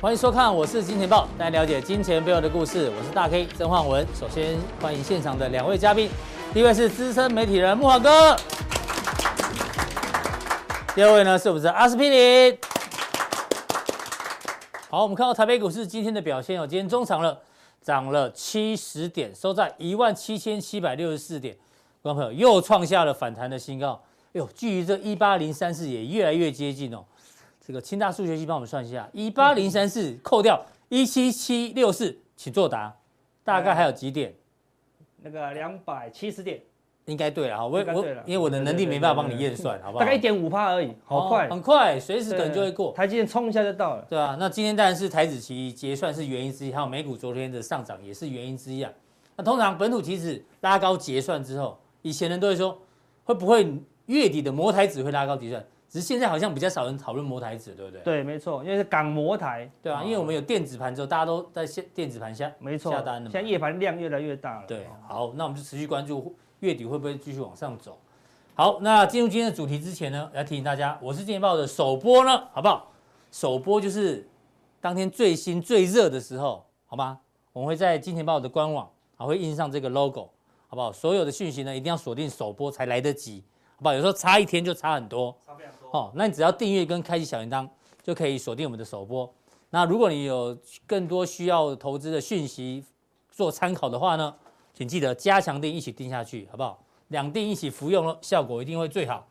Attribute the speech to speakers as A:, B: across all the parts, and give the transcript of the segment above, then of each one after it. A: 欢迎收看，我是金钱豹，带您了解金钱背后的故事。我是大 K 曾焕文。首先欢迎现场的两位嘉宾，第一位是资深媒体人木华哥，第二位呢是我们的阿司匹林。好，我们看到台北股市今天的表现哦，今天中场了，涨了七十点，收在一万七千七百六十四点。观众朋友又创下了反弹的新高，哎呦，距离这一八零三四也越来越接近哦。这个清大数学系帮我们算一下，一八零三四扣掉一七七六四，请作答，大概还有几点？
B: 那个两百七十点，
A: 应该对了哈，我
B: 应该
A: 我
B: 对了
A: 因为我的能力没办法帮你验算，好不好？
B: 大概一点五帕而已，好快
A: 哦，很快，随时
B: 对
A: 可能就会过。
B: 台积电冲一下就到了。
A: 对啊，那今天当然是台子期结算是原因之一，还有美股昨天的上涨也是原因之一啊。那通常本土期指拉高结算之后，以前人都会说会不会月底的摩台指会拉高结算，只是现在好像比较少人讨论摩台指，对不对？
B: 对，没错，因为是港摩台。
A: 对啊，因为我们有电子盘之后，大家都在现电子盘下
B: 没错
A: 下单，了嘛
B: 现在夜盘量越来越大了。
A: 对，好，那我们就持续关注月底会不会继续往上走。好，那进入今天的主题之前呢，来提醒大家，我是《金钱豹》的首播呢，好不好？首播就是当天最新最热的时候，好吗？我们会在《金钱豹》的官网还会印上这个 logo，好不好？所有的讯息呢，一定要锁定首播才来得及，好不好？有时候差一天就差很多。
B: 差非常多。
A: 哦，那你只要订阅跟开启小铃铛，就可以锁定我们的首播。那如果你有更多需要投资的讯息做参考的话呢，请记得加强定一起定下去，好不好？两定一起服用咯，效果一定会最好。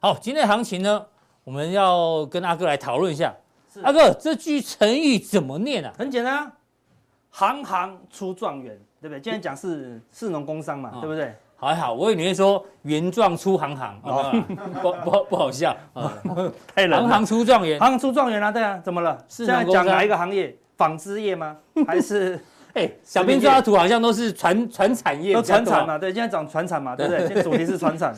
A: 好，今天的行情呢，我们要跟阿哥来讨论一下
B: 是。
A: 阿哥，这句成语怎么念啊？
B: 很简单啊，行行出状元，对不对？今天讲是市农工商嘛，
A: 哦
B: 对不对？
A: 还好，我以为你会说“原状出行行”，有 没有啊不不不好笑，啊
B: 太
A: 行行出状元。
B: 行行出状元啊，对啊，怎么了？
A: 市
B: 现
A: 农
B: 在
A: 工商
B: 讲哪一个行业？纺织 业吗？还是
A: 哎，小编抓的图好像都是传传产啊业
B: 都
A: 比较多，
B: 船产嘛？对，现在讲船产嘛，对不对？现在主题是船产，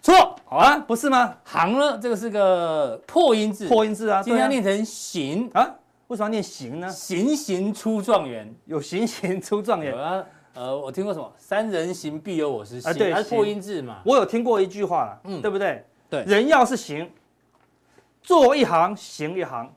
A: 错。
B: 好啊，不是吗？
A: 行呢，这个是个破音字，
B: 破音字啊，
A: 今天要
B: 对
A: 念成行，
B: 啊啊，为什么要念行呢？
A: 行行出状元。
B: 有行行出状元
A: 有。啊，呃，我听过什么“三人行必有我师”，
B: 啊对
A: 行它是破音字嘛。
B: 我有听过一句话啦，
A: 嗯
B: 对不对？
A: 对
B: 人要是行，做一行行 一行，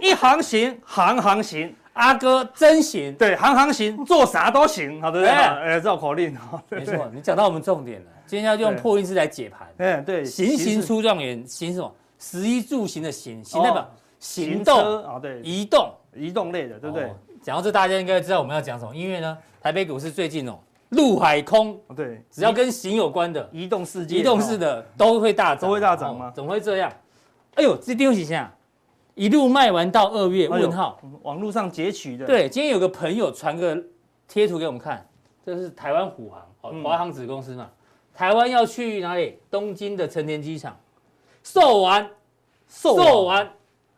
B: 一行行，行行行，
A: 阿哥真行，
B: 对，行行行，做啥都行，好对不对？
A: 哎
B: 哎，绕口令，好对
A: 没
B: 不对？
A: 错，你讲到我们重点了。今天要用
B: 对
A: 破音字来解盘。
B: 哎，对，
A: 行行
B: 是
A: 出状元，行什么？食衣住行的行，行
B: 哦
A: 代表行动、
B: 车啊，对，移
A: 移动，
B: 移动类的，对不对
A: 哦？？讲到这，大家应该知道我们要讲什么，因为呢，台北股市最近哦，陆海空
B: 哦对，
A: 只要跟行有关的，
B: 移动世界，
A: 移动式
B: 的，
A: 的都会大涨，
B: 都会大涨吗
A: 哦怎么会这样？哎呦，这丢一下，一路卖完到二月？
B: 哎呦
A: 问号。
B: 网络上截取的，，
A: 对，今天有个朋友传个贴图给我们看，这是台湾虎航，哦，
B: 嗯
A: 华航子公司嘛。台湾要去哪里？东京的成田机场，售完，
B: 售完
A: 售完，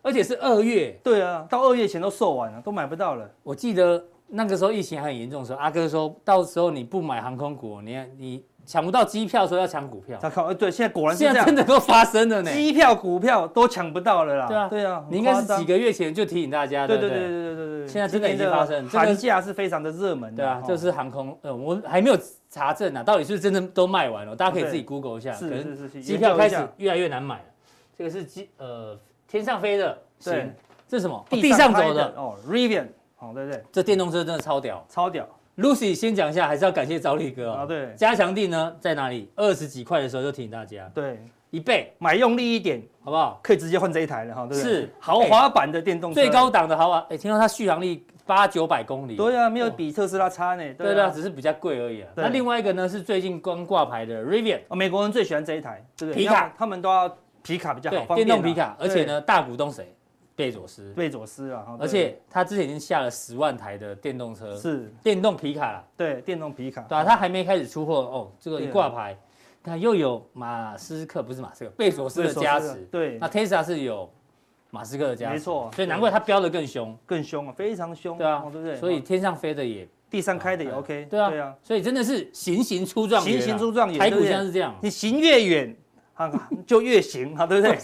A: 而且是二月。
B: 对啊，到二月前都售完了，都买不到了，
A: 我记得那个时候疫情还很严重的时候，阿哥说到时候你不买航空股，你你抢不到机票的时候要抢股票，
B: 他靠，哎对，现在果然是
A: 现
B: 这
A: 在真
B: 样，
A: 的都发生了呢。
B: 机票、股票都抢不到了啦，
A: 对啊
B: 对啊，
A: 你应该是
B: 很夸张
A: 几个月前就提醒大家，
B: 对
A: 不
B: 对对对对对对，
A: 现在真的已经
B: 今年
A: 发生这个
B: 寒假是非非常的热门的，
A: 对啊，
B: 哦
A: 这是航空，呃，我还没有查证啊，到底是不是真的都卖完了？大家可以
B: 对
A: 自己 Google 一下，可
B: 是
A: 能
B: 是是，
A: 机票开始
B: 研究
A: 越来越难买了。这个是机呃天上飞的，
B: 对
A: 行，这是什么？
B: 一下
A: 地上
B: 开
A: 走的，
B: 哦，Rivian，哦对对，
A: 这电动车真的超屌。
B: 超屌
A: Lucy 先讲一下，还是要感谢找力哥
B: 啊
A: 哦。
B: 对
A: 加强地呢在哪里？二十几块的时候就提醒大家
B: 对，
A: 一倍，
B: 买用力一点，
A: 好不好？
B: 可以直接换这一台了哈，哦对不对？
A: 是
B: 豪华版的电动车，
A: 最高档的豪华，哎，听说它续航力八九百公里，
B: 对啊，没有
A: 哇
B: 比特斯拉差呢，
A: 哦对
B: 对
A: 啦，
B: 啊，
A: 只是比较贵而已啊。
B: 对
A: 那另外一个呢是最近刚挂牌的 Rivian，
B: 哦美国人最喜欢这一台，对不对？
A: 皮卡
B: 他们他们都要皮卡比较好，
A: 对，
B: 方
A: 电
B: 便啊
A: 动皮卡，而且，呢大股东谁？贝佐斯
B: 对，贝佐斯啊，哈对
A: 而且他之前已经下了十万台的电动车，
B: 是
A: 电动皮卡啦，
B: 对电动皮卡，
A: 对啊，他还没开始出货哦。这个一
B: 对啊
A: 挂牌，看又有马斯克不是马斯克，贝佐斯
B: 贝
A: 的
B: 佐斯
A: 加
B: 的
A: 持，
B: 对
A: 那 Tesla 是有马斯克的加持，
B: 没错
A: 所以
B: 对
A: 难怪它飙得更凶，
B: 更凶啊，非常凶，
A: 对啊
B: 哦对不对？
A: 所以天上飞的也，
B: 地上开的也
A: 啊
B: OK，
A: 对啊
B: 对啊，
A: 所以真的是行行出状元
B: 行
A: 啊，
B: 行出状元，
A: 台
B: 对
A: 股
B: 不
A: 现
B: 对
A: 在是这样，
B: 你行越远， 啊，就越行，啊，对不对？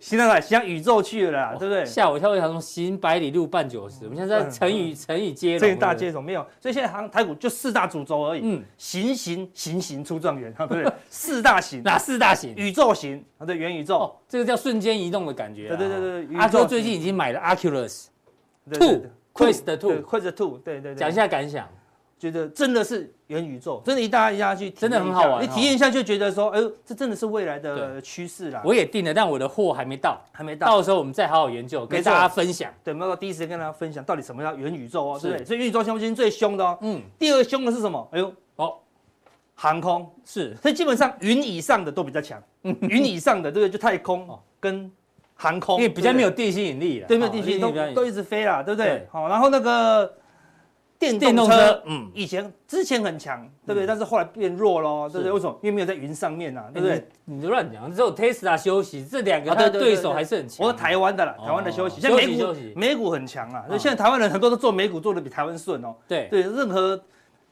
B: 行到哪？行到宇宙去了啦，对不对？
A: 吓我一跳，我想说行百里路半九十，我们现在在成语成语接龙，
B: 嗯这一大
A: 对
B: 街总没有，所以现在行台股就四大主轴而
A: 不
B: 已，
A: 对，嗯，
B: 行行行行出状元，啊，对不对？四大行，
A: 哪四大行？哦
B: 宇宙行，啊，对，元宇宙，
A: 哦，这个叫瞬间移动的感觉啊。
B: 对对对对宇宙
A: 阿哥最近已经买了 Oculus，
B: 对
A: Two，
B: 对对
A: Quest Two
B: 对，Quest Two，对对对，
A: 讲一下感想，
B: 觉得真的是元宇宙，真的，一大家一下去体验一下，
A: 真的很好玩
B: 你
A: 哦
B: 体验一下就觉得说，哎呦，这真的是未来的
A: 对
B: 趋势啦。
A: 我也订了，但我的货还没到，
B: 还没到，
A: 到时候我们再好好研究，跟
B: 没错
A: 大家分享。
B: 对，我们要第一时间跟大家分享到底什么叫元宇宙哦，
A: 是
B: 对不对？所以元宇宙相信最凶的哦。
A: 嗯，
B: 第二凶的是什么？哎呦，
A: 哦，
B: 航空，
A: 是
B: 所以基本上云以上的都比较 强，云以上的对不对？就太空
A: 哦
B: 跟航空，
A: 因为比较
B: 哦对不对
A: 没有地吸引力了，
B: 对没有
A: 哦
B: 地心
A: 比较
B: 都都一直飞啦，对不对
A: 对？
B: 好，然后那个电
A: 电
B: 动
A: 动
B: 车
A: 车，嗯，
B: 以前之前很强，对不对？
A: 嗯
B: 但是后来变弱喽，对不
A: 是
B: 对？为什么？因为没有在云上面呐，啊对不对？
A: 你你乱讲，只有 Tesla 休息，这两个
B: 啊
A: 他
B: 对
A: 的
B: 对对
A: 对手
B: 对
A: 还是很强。
B: 我说台湾的啦，
A: 哦
B: 台湾的休息，
A: 休
B: 现
A: 息
B: 在美
A: 休
B: 股
A: 息
B: 美股很强啊，
A: 嗯
B: 所以现在台湾人很多都做美股做的比台湾顺哦，
A: 对，
B: 对，任何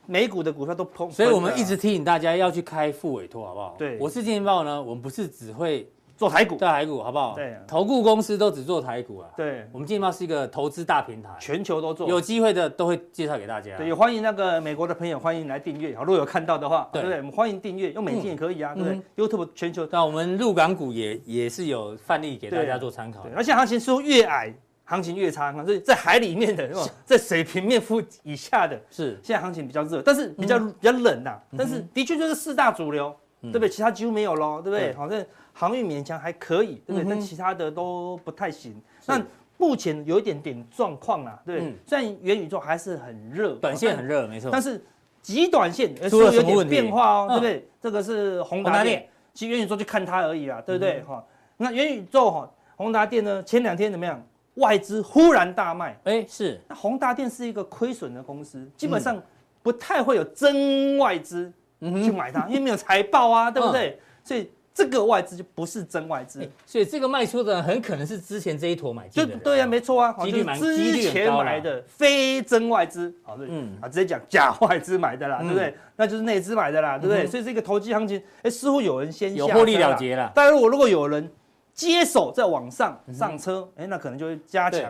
B: 美股的股票都碰，
A: 所以我
B: 喷的
A: 们
B: 啊
A: 一直提醒大家要去开副委托，好不好？
B: 对
A: 我是金报呢，我们不是只会
B: 做台股，
A: 在台股，好不好？
B: 对啊
A: 投顾公司都只做台股啊。
B: 对，
A: 我们金报是一个投资大平台，
B: 全球都做，
A: 有机会的都会介绍给大家
B: 对，。也欢迎那个美国的朋友，欢迎来订阅。好，如果有看到的话，
A: 对
B: 对不对？我们欢迎订阅，用美金也可以啊，
A: 嗯
B: 对不对？YouTube 全球
A: 那我们入港股也也是有范例给大家做参考
B: 对，。而啊且行情似乎越矮，行情越差，所以在海里面的，有没有在水平面附以下的，
A: 是，
B: 现在行情比较热，但是比较、比较冷呐、但是的确就是四大主流，
A: 嗯
B: 对不对？其他几乎没有咯，对不对？
A: 对
B: 好像航运勉强还可以，对不对？
A: 嗯哼
B: 但其他的都不太行。那目前有一点点状况啦，对不对？
A: 嗯
B: 虽然元宇宙还是很热，
A: 短线很热，没错。
B: 但是极短线呃
A: 嗯出了
B: 似乎有
A: 什么问
B: 点
A: 题
B: 变化哦，
A: 嗯
B: 对不对？这个是宏
A: 宏达
B: 达
A: 电嗯
B: 电，其实元宇宙就看它而已啦，对不对？哈，那元宇宙哈，宏达电呢，前两天怎么样？外资忽然大卖，
A: 哎，是
B: 那宏达电是一个亏损的公司，基本
A: 嗯
B: 上不太会有真外资去买它，因为没有财报啊，对不对？
A: 嗯
B: 所以这个外资就不是真外资
A: 哎，所以这个卖出的人很可能是之前这一坨买进
B: 就
A: 的人。哦
B: 对啊，没错啊，好
A: 几
B: 就
A: 率
B: 是
A: 蛮几
B: 之
A: 率很
B: 前
A: 高啦
B: 买的非真外资，好对，
A: 嗯
B: 啊直接讲假外资买的啦，
A: 嗯
B: 对不对？那就是内资买的啦，对不
A: 嗯
B: 对？
A: 哼
B: 所以这个投机行情，哎，似乎有人先
A: 有
B: 下
A: 获利
B: 车啦
A: 了结啦。嗯
B: 当然，我如果有人接手再往上上车，哎，那可能就会加强。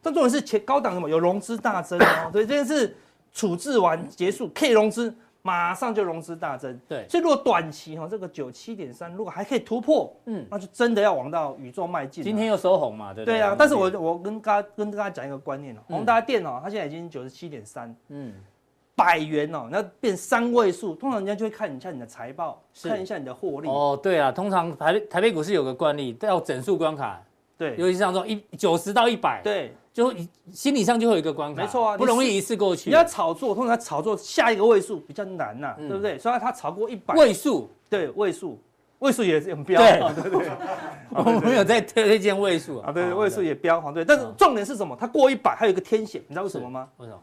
B: 但重点是前高档什么有融资大增 哦，所以这件事处置完结束，K 融资马上就融资大增。
A: 对，
B: 所以如果短期哈、哦这个九七点三如果还可以突破，
A: 嗯，
B: 那就真的要往到宇宙迈进了。
A: 今天又收红嘛，对不对？
B: 对啊，但是我我跟大家跟大家讲一个观念哦，
A: 嗯
B: 宏达电哦，它现在已经九十七点三
A: 嗯，
B: 百元哦，那变三位数，通常人家就会看一下你的财报，
A: 是
B: 看一下你的获利，
A: 哦，对啊，通常台北台北股市有个惯例，到整数关卡，
B: 对
A: 尤其是像这种一九十到一百，
B: 对，
A: 就会心理上就会有一个关卡，
B: 没错啊你
A: 不容易一次过去
B: 你。要炒作，通常炒作下一个位数比较难呐，
A: 嗯
B: 对不对？所以它炒过一百，
A: 位数，
B: 对位数，位数也是很标，
A: 对哦
B: 啊对对
A: 我们没有在推荐位数
B: 啊，对
A: 好
B: 位数也标，好对，但是
A: 嗯
B: 重点是什么？它过一百还有一个天险，你知道为什么吗？
A: 为什么？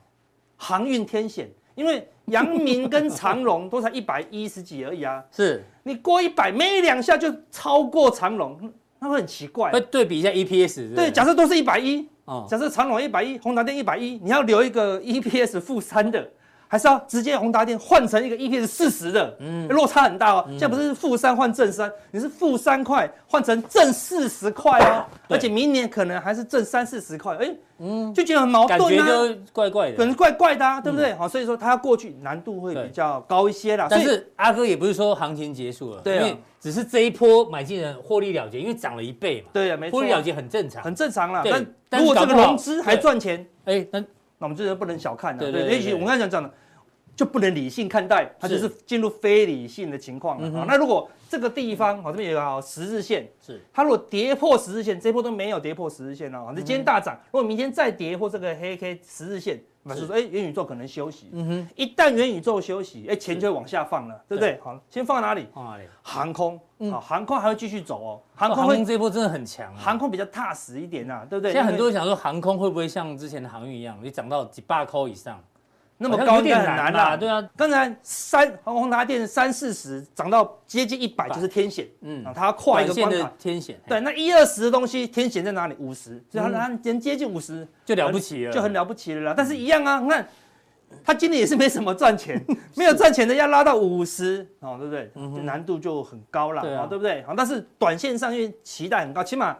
B: 航运天险，因为阳明跟长荣都才一百一十几而已啊。
A: 是
B: 你过一百没两下就超过长龙，那会很奇怪。
A: 会呃对比一下 E EPS，不
B: 哎对，假设都是一百一，
A: 哦，
B: 假设长龙一百一，宏达电一百一，你要留一个 EPS 负三的，还是要直接宏达电换成一个 EPS 四十的？
A: 嗯
B: 嗯，落差很大哦。现在不是负三换正三，你是负三块换成正四十块哦，
A: 对
B: 而且明年可能还是正三四十块，哎，嗯，就觉得很矛
A: 感觉
B: 盾啊。
A: 就怪怪
B: 可
A: 的。
B: 能怪怪的、啊，对不对？好、所以说它要过去难度会
A: 对
B: 比较高一些啦。
A: 但
B: 啊所以
A: 是阿哥也不是说行情结束了，
B: 对啊
A: 因为只是这一波买进人获利了结，因为涨了一倍嘛，
B: 对啊，没错
A: 获
B: 啊、
A: 利了结很正常
B: 很。正常啦。
A: 对但
B: 但
A: 是
B: 如果
A: 搞
B: 这个
A: 不好
B: 融资还赚钱，
A: 哎，那
B: 那我们真的不能小看了、啊
A: 对
B: 对
A: 对对
B: 也许
A: 对
B: 我们刚才讲讲的，就不能理性看待，它就是进入非理性的情况了、
A: 嗯
B: 好那如果这个地方，好，这边有个好十日线，
A: 是
B: 它如果跌破十日线，这波都没有跌破十日线哦。那今
A: 嗯
B: 天大涨，如果明天再跌破这个黑 K 十日线，那就是说哎、元宇宙可能休息。
A: 嗯哼，
B: 一旦元宇宙休息，哎、钱就会往下放了，对不对？好，先放哪里？
A: 放哪里？
B: 航空，
A: 嗯
B: 好，航空还会继续走哦，航
A: 航
B: 空
A: 空
B: 会。
A: 这一波真的很强啊，
B: 航空比较踏实一点啊，对不对？
A: 现在很
B: 因为
A: 多人想说航空会不会像之前的航运一样，你涨到几百扣以上，
B: 那
A: 好
B: 么
A: 像
B: 高
A: 有
B: 应该
A: 点
B: 很
A: 难
B: 难
A: 啦、
B: 啦。
A: 对啊，
B: 刚才三宏达电三四十涨到接近一百就是天险，
A: 嗯
B: 啊，，它要跨一
A: 短
B: 个
A: 线
B: 关
A: 的
B: 卡。
A: 天险，哎
B: 对，
A: 嘿，
B: 那一二十的东西，天险在哪里？五十，所以它它能接近五十
A: 嗯就了不起了，
B: 就很了不起了啦。但是一样啊，你看它今年也是没什么赚 钱，没有赚钱的要拉到五十哦，对不对？就难度就很高了，
A: 嗯对啊
B: 哦对不对？好，但是短线上因为期待很高，起码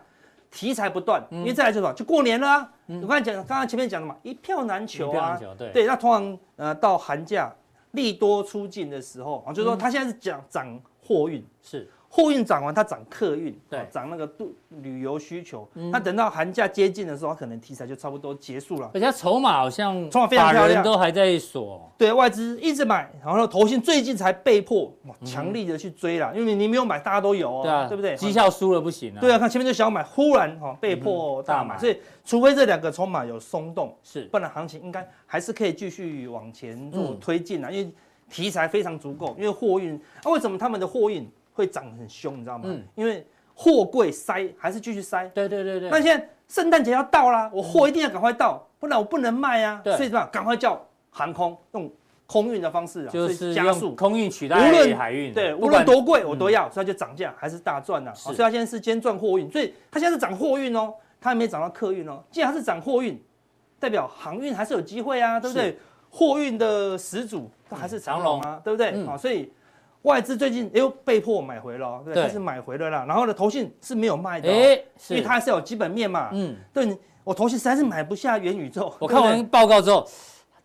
B: 题材不断，
A: 嗯
B: 因为再来就是什么就过年了啊。我刚才讲，刚刚前面讲的嘛，一票难求
A: 一票
B: 啊
A: 难求，对
B: 对，那通常呃到
A: 嗯
B: 哦寒假利多出尽的时候啊，就是说它现在是讲涨货运，
A: 是
B: 货运涨完，它涨客运，
A: 对嗯
B: 哦涨那个度旅游需求。那等到寒假接近的时候，它可能题材就差不多结束了。
A: 而且它筹码好像
B: 筹码非常
A: 法
B: 漂
A: 人
B: 亮
A: 都还在锁，
B: 对外资一直买，然后投信最近才被迫哇强力的去追啦，因为你没有买，大家都有哦，
A: 嗯对啊，
B: 对不对？
A: 绩效输了不行啊，
B: 对啊，看前面就小买，忽然哈、哦、被迫
A: 嗯大
B: 大买，
A: 买
B: 所以除非这两个筹码有松动，
A: 是
B: 不然行情应该还是可以继续往前做
A: 嗯
B: 推进啊，因为题材非常足够，因为货运啊，为什么他们的货运会涨得很凶，你知道吗？
A: 嗯
B: 因为货柜塞还是继续塞，
A: 对对对对，
B: 那现在圣诞节要到啦，我货一定要赶快到，不然我不能卖啊，
A: 对
B: 所以怎么样赶快叫航空用空运的方式啊，
A: 就
B: 所
A: 是
B: 以加
A: 用
B: 速。
A: 空运取
B: 无
A: 代
B: 论
A: 海运啊，
B: 对，
A: 不
B: 无论
A: 管
B: 多贵我都要，所以它就涨价还是大赚呐、啊。
A: 是
B: 所以它现在是先赚货运，所以它现在是涨货运哦，它还没涨到客运哦。既然它是涨货运，代表航运还是有机会啊，对不对？货运的始祖它还是长隆啊，对不对？
A: 嗯
B: 啊，所以外资最近又被迫买回了哦，对不
A: 对
B: 对，它是买回了啦。然后呢，投信是没有卖的哦，
A: 哎，
B: 因为它还是有基本面嘛。
A: 嗯，
B: 对你，我头绪实在是买不下元宇宙。
A: 我看
B: 对不
A: 完报告之后，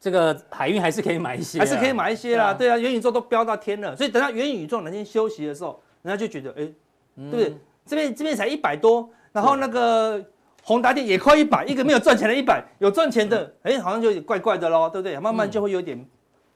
A: 这个海运还是可以买一些
B: 对
A: 啊，
B: 还是可以买一些啦，对啊，元宇宙都飙到天了，所以等到元宇宙哪天休息的时候，人家就觉得，哎，对
A: 嗯，
B: 不对？这边这边才一百多，然后那个宏达电也快一百，一个没有赚钱的一百，
A: 嗯
B: 有赚钱的，哎，好像就有点怪怪的喽，对不对？慢慢就会有点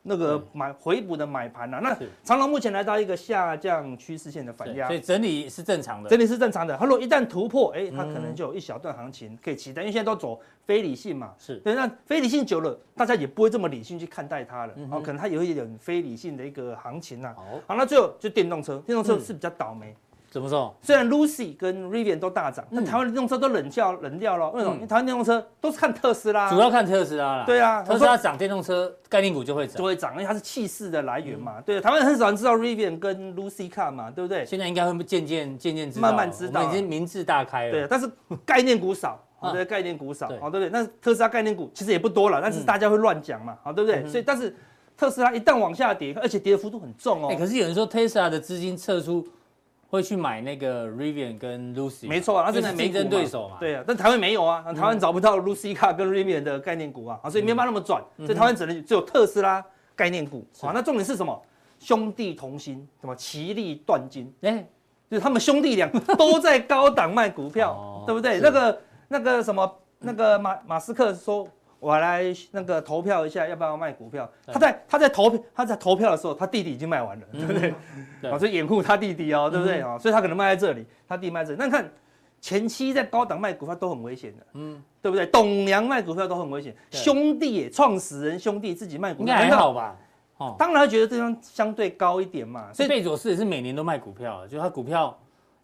B: 那个买回补的买盘了。那
A: 是
B: 长隆目前来到一个下降趋势线的反
A: 对？
B: 压
A: 所，以整理是正常的，
B: 整理是正常的。它如果一旦突破，哎，它可
A: 嗯
B: 能就有一小段行情可以期待，因为现在都走非理性嘛。
A: 是
B: 对，那非理性久了，大家也不会这么理性去看待它了。
A: 嗯哼
B: 哦，可能它也会有一点非理性的一个行情呐、
A: 好，
B: 好，那最后就电动车，电动车
A: 嗯
B: 是比较倒霉。
A: 怎么说？
B: 虽然 Lucy 跟 Rivian 都大涨，但
A: 嗯
B: 台湾的电动车都冷掉冷掉了。为什么？
A: 嗯
B: 因为台湾电动车都是看特斯拉，
A: 主要看特斯拉啦，
B: 对啊
A: 特斯拉涨，电动车概念股就会
B: 就
A: 涨，
B: 会涨，因为它是气势的来
A: 嗯
B: 源嘛。对，台湾人很少人知道 Rivian 跟 Lucy Car 嘛，对不对？
A: 现在应该会渐渐渐渐知道，
B: 慢慢知道
A: 我们已经名字大开了，
B: 对，但是概念股少，
A: 啊
B: 好对，概念股
A: 嗯
B: 少，
A: 对嗯
B: 好对不对？那特斯拉概念股其实也不多了，但是大家会乱讲嘛，哦好对不对？所以但是特斯拉一旦往下跌，而且跌的幅度很重
A: 哎，
B: 哦，
A: 可是有人说 Tesla 的资金撤出会去买那个 Rivian 跟 Lucy，
B: 没错啊，它
A: 因为
B: 是在
A: 是
B: 美
A: 竞
B: 股
A: 争
B: 嘛
A: 对手嘛，，嗯
B: 对啊，但台湾没有啊，台湾找不到 Lucica 跟 Rivian 的概念股啊，啊所以没办法那么转，所以台湾只能只有特斯拉概念股。
A: 嗯是
B: 好，那重点是什么？兄弟同心，什么其利断金，
A: 哎，
B: 就是他们兄 弟俩都在高档卖股
A: 哦
B: 票，对不对？
A: 是
B: 那个那个什么那个马马斯克说，我来那个投票一下，要不要卖股票？
A: 对嗯
B: 他在他在投他在投票的时候，他弟弟已经卖完了，对不对？
A: 对嗯
B: 啊，所以掩护他弟弟哦，对不对啊？所以他可能卖在这里，他弟卖这里。那你看前期在高档卖股票都很危险的，嗯，对不对？董娘卖股票都很危险，
A: 对
B: 兄弟也创始人兄弟自己卖股
A: 应
B: 票，
A: 该还
B: 难道
A: 好吧？哦，
B: 当然觉得这张相对高一点嘛，
A: 所
B: 所
A: 以
B: 以
A: 贝佐斯也是每年都卖股票，啊就他股票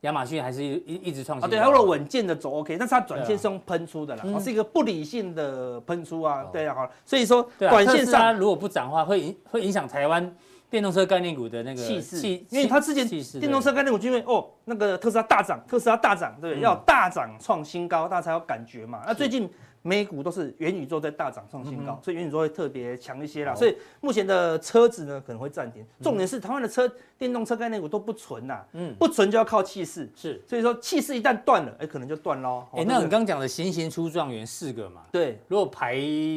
A: 亚马逊还是一一一直创
B: 啊，
A: 新高。
B: 对，它如果稳健的走 OK，但是它短线是用喷出的啦，
A: 对啊
B: 哦是一个不理性的喷出啊
A: 哦，
B: 对啊，好，所以说
A: 对啊
B: 短
A: 特
B: 线
A: 斯拉
B: 上
A: 如果不涨的话，会影会影响台湾电动车概念股的那个
B: 气势
A: 气，
B: 因为它之前
A: 气势
B: 电动车概念股就因为哦那个特斯拉大涨，特斯拉大涨，对不
A: 嗯
B: 对？要大涨创新高，大家才有感觉嘛。那最近美股都是元宇宙在大涨创新高，所以元宇宙会特别强一些啦。
A: 嗯好
B: 所以目前的车子呢可能会暂停，重点是台湾的车电动车概念股都不纯呐，
A: 嗯
B: 嗯，不纯就要靠气势，
A: 是。
B: 所以说气势一旦断了，哎，可能就断喽。
A: 哎，那你刚讲的行行出状元四个嘛，
B: 对
A: 如果排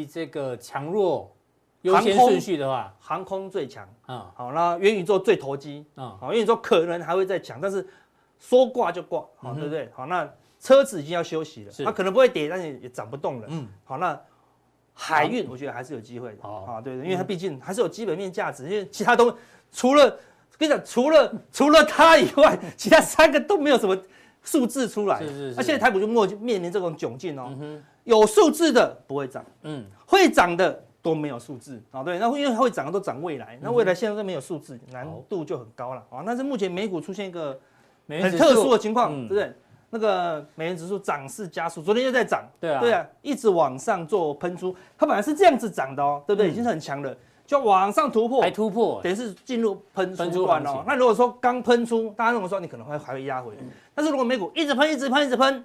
A: 这个强弱优先顺序的话，
B: 航空最强。
A: 啊
B: 好，那元宇宙最投机，
A: 啊，
B: 好，元宇宙可能还会再强，但是说挂就挂，好，对不对？好，那车子已经要休息了
A: 嗯是，
B: 它可能不会跌，但是也涨不动了。
A: 嗯
B: 嗯，好，那海运我觉得还是有机会的，
A: 好
B: 啊，对，因为它毕竟还是有基本面价值，因为其他东除了跟你讲，除了 除了它以外，其他三个都没有什么数字出来，
A: 是是是
B: 那现在台股就面面临这种窘境哦
A: 嗯，哼，
B: 有数字的不会涨。
A: 嗯，
B: 会涨的都没有数字啊，对，那因为它会涨的都涨未
A: 嗯
B: 来，那未来现在都没有数字，难度就很高了啊。但是目前美股出现一个
A: 美元
B: 很
A: 指
B: 特殊
A: 数
B: 的情况，
A: 嗯
B: 对不对？那个美元指数涨势加速，昨天又在涨，
A: 对啊
B: 对啊，一直往上做喷出，它本来是这样子涨的哦，对不对？已经是很强了，就往上突破
A: 嗯还，突破，
B: 等于是进入喷
A: 喷出
B: 出段
A: 行情嗯
B: 哦。那如果说刚喷出，大家认为说你可能会还会压回，但是如果美股一直喷、一直喷、一直喷，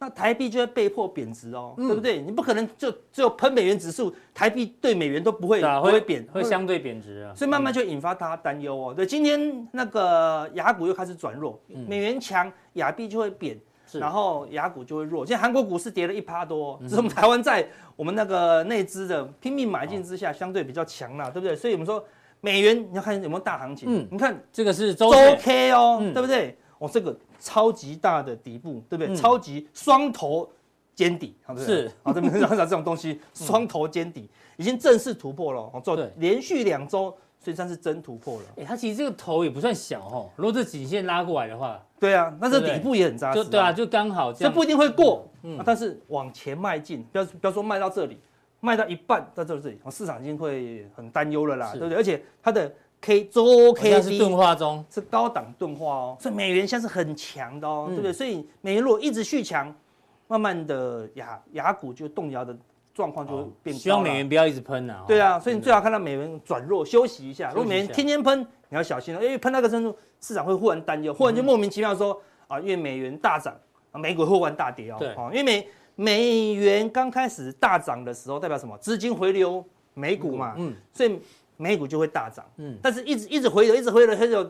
B: 那台币就会被迫贬值哦，对
A: 嗯
B: 不对？你不可能就只有喷美元指数，台币对美元都不会
A: 对啊，
B: 不会贬，
A: 会相对贬值啊，
B: 所以慢慢就引发他担忧哦。对，今天那个雅股又开始转弱，美元强，雅币就会贬，
A: 嗯是嗯
B: 然后雅股就会弱。现在韩国股市跌了一趴多哦，只是我们台湾在我们那个内资的拼命买进之下，相对比较强啦，对不对？所以我们说美元你要看有没有大行情，
A: 嗯
B: 你看
A: 这个是周
B: 周
A: 线
B: K 哦，
A: 嗯
B: 对不对？哦，这个超级大的底部，对不对？
A: 嗯
B: 超级双头尖底，好对不对
A: 是嗯
B: 好，这边 常常这种东西，双头尖底已经正式突破了，哦，做
A: 对
B: 连续两周，所以算是真突破了。
A: 哎，它其实这个头也不算小哦，如果这颈线拉过来的话，
B: 对啊，那
A: 对
B: 这
A: 不对
B: 底部也很扎实、
A: 就对啊，，就刚好这
B: 这
A: 样。
B: 不一定会过，
A: 嗯
B: 啊但是往前迈进，不要不要说卖到这里，卖到一半到这里，哦市场已经会很担忧了啦，
A: 是哦
B: 对不对？而且它的 K 周
A: 现在
B: K
A: 是
B: D
A: 钝化中，
B: 哦是高档钝化哦，所以美元现在是很强的哦，
A: 嗯
B: 对不对？所以美元如果一直续强，慢慢的雅雅股就动摇的状况就会变高
A: 哦希望
B: 了
A: 美元不要一直喷啊。
B: 对
A: 啊，
B: 啊，所以你最好看到美元转弱休息一下。
A: 休息一下
B: 如果美元天天喷，你要小心了，因为喷到一个程度，市场会忽然哦担忧，
A: 嗯
B: 忽然就莫名其妙说啊，因为美元大涨，啊，美股会忽然大跌哦。
A: 对
B: 哦，因为美美元刚开始大涨的时候，代表什么？资金回流美股嘛，
A: 嗯
B: 所以美股就会大涨。
A: 嗯，
B: 但是一直一直回流，一直回流，回流，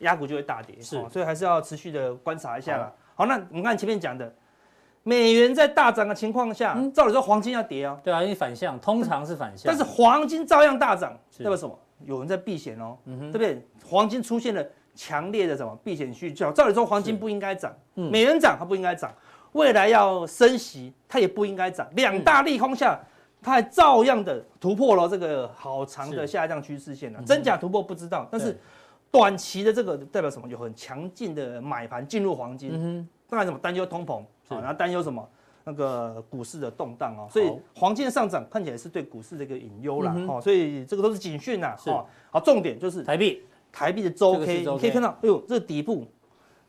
B: 雅股就会大跌，哦
A: 是
B: 所以还是要持续的观察一下啦。好，那我们看前面讲的，美元在大涨的情况下，
A: 嗯
B: 照理说黄金要跌哦，
A: 对啊，因为反向，通常是反向。
B: 但是黄金照样大涨，
A: 是嗯
B: 代表什么？有人在避险哦，对不对？黄金出现了强烈的什么避险需求？照理说黄金
A: 是
B: 不应该涨，
A: 嗯
B: 美元涨它不应该涨，未来要升息它也不应该
A: 嗯
B: 涨，两大利空下。它还照样的突破了这个好长的
A: 是嗯
B: 下降趋势线了、真假突破不知道，但是
A: 对
B: 短期的这个代表什么？有很强劲的买盘进入黄金，
A: 嗯
B: 当然什么担忧通膨，
A: 是
B: 啊，然后担忧什么那个股市的动荡哦，所以
A: 好
B: 黄金的上涨看起来是对股市的一个隐忧啦
A: 嗯，哼
B: 哦，所以这个都是警讯呐，
A: 是
B: 哦，好，重点就是
A: 哼，台币
B: 台币的周
A: 这个
B: K，
A: 是周
B: 你
A: K
B: 可以看到，哎呦，这个底部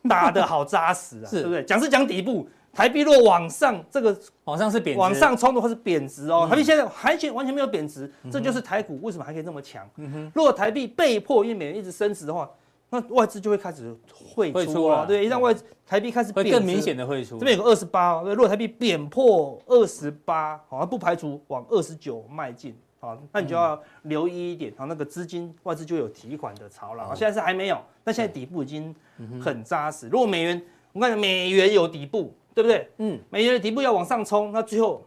B: 打得好扎实啊，
A: 是
B: 对不对？讲是讲底部，台币若往上，这个
A: 往上是贬值，嗯
B: 往上冲的话是贬值哦，台币现在还全完全没有贬值，这就是台股为什么还可以这么强。
A: 嗯
B: 如果台币被迫因为美元一直升值的话，那外资就会开始汇
A: 汇
B: 出
A: 出
B: 了，
A: 啦
B: 对，一旦外资台币开始
A: 会
B: 贬值，
A: 更明显的汇出。
B: 这边有个二十八，哦对，如果台币贬破二十八，好像不排除往二十九迈进，好，那你就要留意一点，好，那个资金外资就有提款的潮
A: 哦
B: 了，好现在是还没有，但现在底部已经
A: 嗯
B: 很扎实。如果美元，我跟你讲，美元有底部，对不对？
A: 嗯，
B: 美元的底部要往上冲，那最后，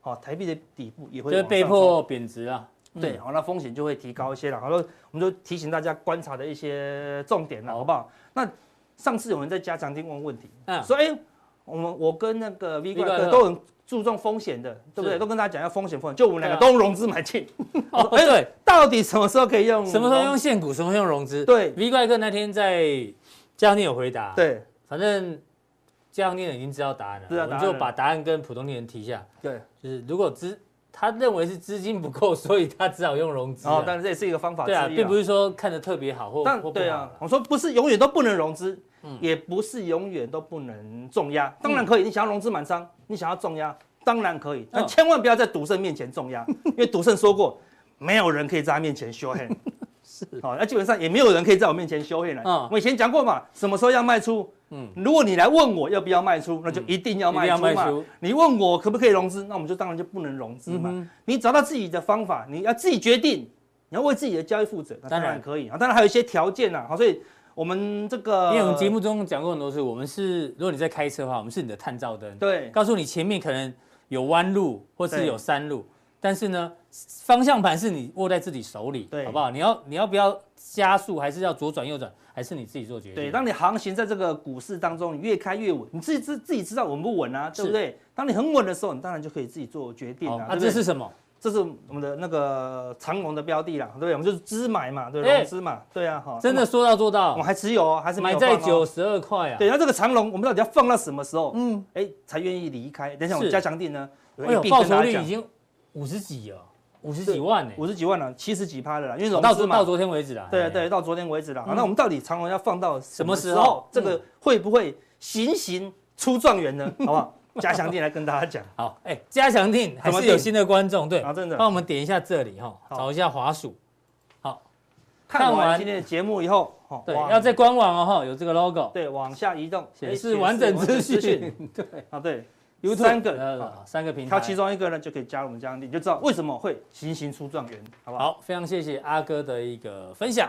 B: 好，台币的底部也会
A: 就是
B: 往上
A: 被
B: 冲嗯哦
A: 迫贬值啊。
B: 对，好，那风险就会提高一些了。好了，我们就提醒大家观察的一些重点了，好不好？那上次有人在加强听问问题，
A: 嗯
B: 说哎、我们我跟那个 V
A: 怪
B: 怪
A: 客
B: 哥都很注重风险的，对不对？
A: 是
B: 都跟大家讲要风险风险，就我们两个
A: 对啊
B: 都用融资买进，
A: 哦，
B: 哎
A: 对，
B: 到底什么时候可以用融？
A: 什么时候用现股，什么时候用融资？
B: 嗯对
A: ，V 怪哥那天在江念有回答，，
B: 对
A: 反正江念已经知道答案了，
B: 知道答
A: 我
B: 案
A: 们
B: 了
A: 就把答案跟普通人提一下，
B: 对，
A: 就是如果资他认为是资金不够， 所以他只好用融资啊。
B: 哦，当然这也是一个方法之
A: 对
B: 一
A: 啊，
B: 啦。
A: 并不是说看的特别好或
B: 但
A: 或不好嗯
B: 对啊
A: 啦，，
B: 我说不是永远都不能融资，也不是永远都不能重压。
A: 嗯
B: 当然可以，你想要融资满仓，你想要重压，当然可以，但
A: 嗯
B: 千万不要在赌圣面前重压，因为赌圣说过，没有人可以在他面前 show hand。是，好，那基本上也没有人可以在我面前 show hand 了
A: 嗯。
B: 我以前讲过嘛，什么时候要卖出？嗯，如果你来问我要不要卖出，那就一定要
A: 嗯一定
B: 卖
A: 要
B: 出
A: 卖
B: 嘛。
A: 出，嗯
B: 你问我可不可以融资，那我们就当然就不能融资嘛。你找到自己的方法，你要自己决定，你要为自己的交易负责，那
A: 当
B: 当
A: 然
B: 然可以啊。当然还有一些条件啦，好，所以我们这个，
A: 因为我们节目中讲过很多次，我们是如果你在开车的话，我们是你的探照灯，
B: 对
A: 告诉你前面可能有弯路或
B: 对
A: 是有山路，但是呢，方向盘是你握在自己手里，
B: 对
A: 好不好？你要你要不要加速，还是要左转右转，还是你自己做决定？
B: 对，当你航行在这个股市当中，你越开越稳，你自己知自己知道稳不稳啊，对不对？当你很稳的时候，你当然就可以自己做决定
A: 好，
B: 了、
A: 那
B: 对不
A: 哦啊这
B: 对哦
A: 是什么？
B: 这是我们的那个长龙的标的啦，对不对？我们就是资买嘛，对，
A: 哎
B: 融资嘛，对啊，哈，
A: 真的说到做
B: 我们
A: 到，
B: 还持有哦，还是没
A: 买
B: 有
A: 在
B: 放哦
A: 九十二块啊！
B: 对，那这个长龙，我们到底要放到什么时候？嗯，哎，才愿意离开？等一下，我们
A: 是
B: 加强定呢，有
A: 哎
B: 一
A: 呦，
B: 并
A: 报
B: 跟大
A: 酬
B: 家
A: 率
B: 讲
A: 已经五十几了，五十几万呢、
B: 五十几万了，七十几趴的啦，因为融
A: 到
B: 资
A: 昨
B: 嘛
A: 到，昨天为止啦。
B: 对啊
A: 哎嗯
B: 对，到昨天为止了。好那我们到底长隆要放到什么时
A: 什么时
B: 候
A: 候？嗯
B: 这个会不会行行出状元 呢？好不好？加强定来跟大家讲。
A: 好，哎、加强定还
B: 怎么
A: 是有
B: 定
A: 新的观众，对，
B: 啊真的
A: 帮我们点一下这里哈，
B: 好
A: 找一下滑鼠，看
B: 看完
A: 完
B: 今天的节目以后，哦
A: 对，
B: 往
A: 要在官网哦哈，有这个 logo
B: 对往下移动，哎
A: 显示完整资 讯，对
B: 啊，对，有
A: ，YouTube
B: 三个，
A: 呃
B: 好
A: 三个平
B: 挑
A: 台，
B: 其中一个呢就可以加入我们加强定，你就知道为什么会行行出状元，好不好？
A: 好，非常谢谢阿哥的一个分享。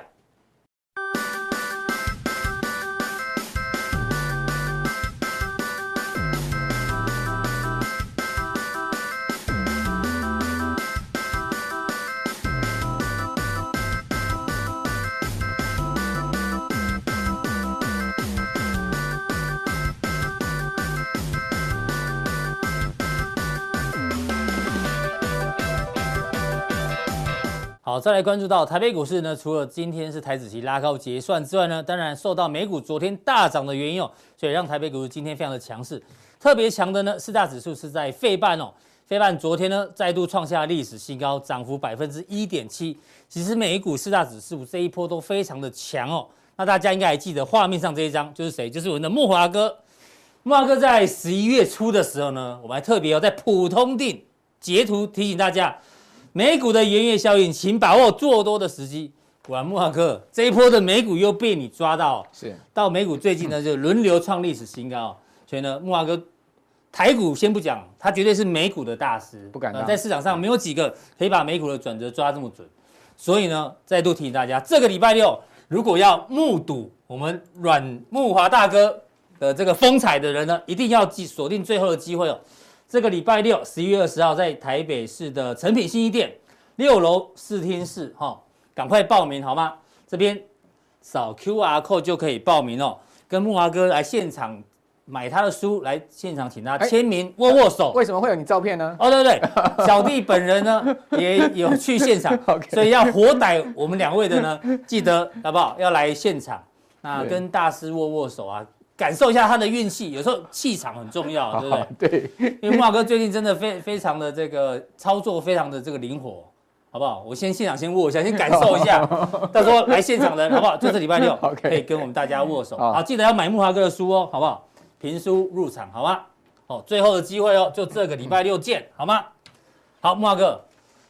A: 好，再来关注到台北股市呢，除了今天是台子期拉高结算之外呢，当然受到美股昨天大涨的原因哦，所以让台北股市今天非常的强势。特别强的呢，四大指数是在费半哦，费半昨天呢再度创下历史新高，涨幅百分之一点七。其实美股四大指数这一波都非常的强哦。那大家应该还记得画面上这一张就是谁？就是我们的木华哥。木华哥在十一月初的时候呢，我们还特别要、哦、在普通定截图提醒大家，美股的元月效应，请把握做多的时机。果然，木华哥这一波的美股又被你抓到哦、
C: 是
A: 到美股最近呢就轮流创历史新高哦，所以呢，木华哥台股先不讲，他绝对是美股的大师，呃
C: 不敢当
A: 在市场上没有几个可以把美股的转折抓这么准，所以呢，再度提醒大家，这个礼拜六如果要目睹我们阮木华大哥的这个风采的人呢，一定要记锁定最后的机会哦。这个礼拜六十一月二十号，在台北市的诚品新一店六楼试听室哈、赶快报名好吗？这边扫 Q R code 就可以报名哦，跟木华哥来现场买他的书，来现场请他
C: 哎
A: 签名、握握手。
C: 为什么会有你照片呢？
A: 哦，对对 对，小弟本人呢也有去现场
C: OK
A: 所以要活逮我们两位的呢，记得好不好？要来现场，那
C: 对
A: 跟大师握握手啊，感受一下他的运气。有时候气场很重 要，啊对不对？
C: 对，
A: 因为木华哥最近真的非非常的这个操作非常的这个灵活，好不好？我先现场先握一下，先感受一 下，到时候来现场的好不好？就这礼拜六
C: OK
A: 可以跟我们大家握手，
C: 好
A: 好，记得要买木华哥的书哦，好不好？评书入场，好吗？哦，最后的机会哦，就这个礼拜六
C: 嗯
A: 见，好吗？好，木华哥，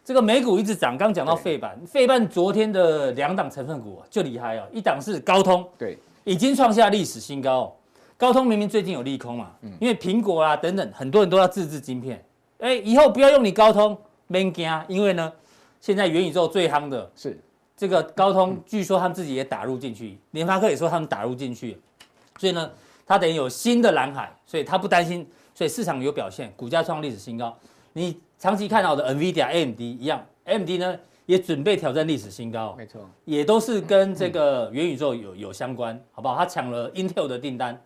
A: 这个美股一直涨，刚讲到费半，费半昨天的两档成分股、啊、就厉害哦，一档是高通，
C: 对，
A: 已经创下历史新高、哦。高通明明最近有利空嘛，
C: 嗯
A: 因为苹果啊等等，很多人都要自制晶片。哎、以后不要用你高通，免惊，因为呢，现在元宇宙最夯的
C: 是嗯
A: 这个高通，据说他们自己也打入进去，联发科也说他们打入进去，所以呢，它等于有新的蓝海，所以它不担心，所以市场有表现，股价创历史新高。你长期看好的 NVIDIA、AMD 一样，AMD 呢也准备挑战历史新高哦、
C: 没错，
A: 也都是跟这个元宇宙有有相关，好不好？他抢了 Intel 的订单，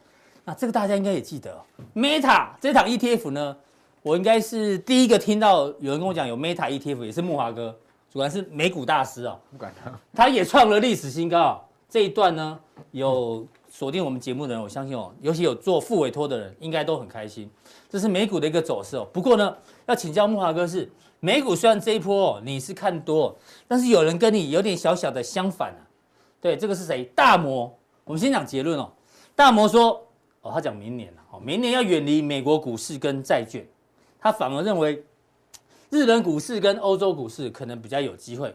A: 那这个大家应该也记得哦、Meta 这档 ETF 呢，我应该是第一个听到有人跟我讲有 Meta ETF，也是木华哥，主要是美股大师哦，
C: 不敢当，
A: 他也创了历史新高哦。这一段呢，有锁定我们节目的人，我相信哦，尤其有做副委托的人，应该都很开心。这是美股的一个走势哦。不过呢，要请教木华哥是，美股虽然这一波、哦、你是看多哦、但是有人跟你有点小小的相反啊。对，这个是谁？大摩。我们先讲结论哦。大摩说，哦，他讲明年了，哦，明年要远离美国股市跟债券，他反而认为日本股市跟欧洲股市可能比较有机会。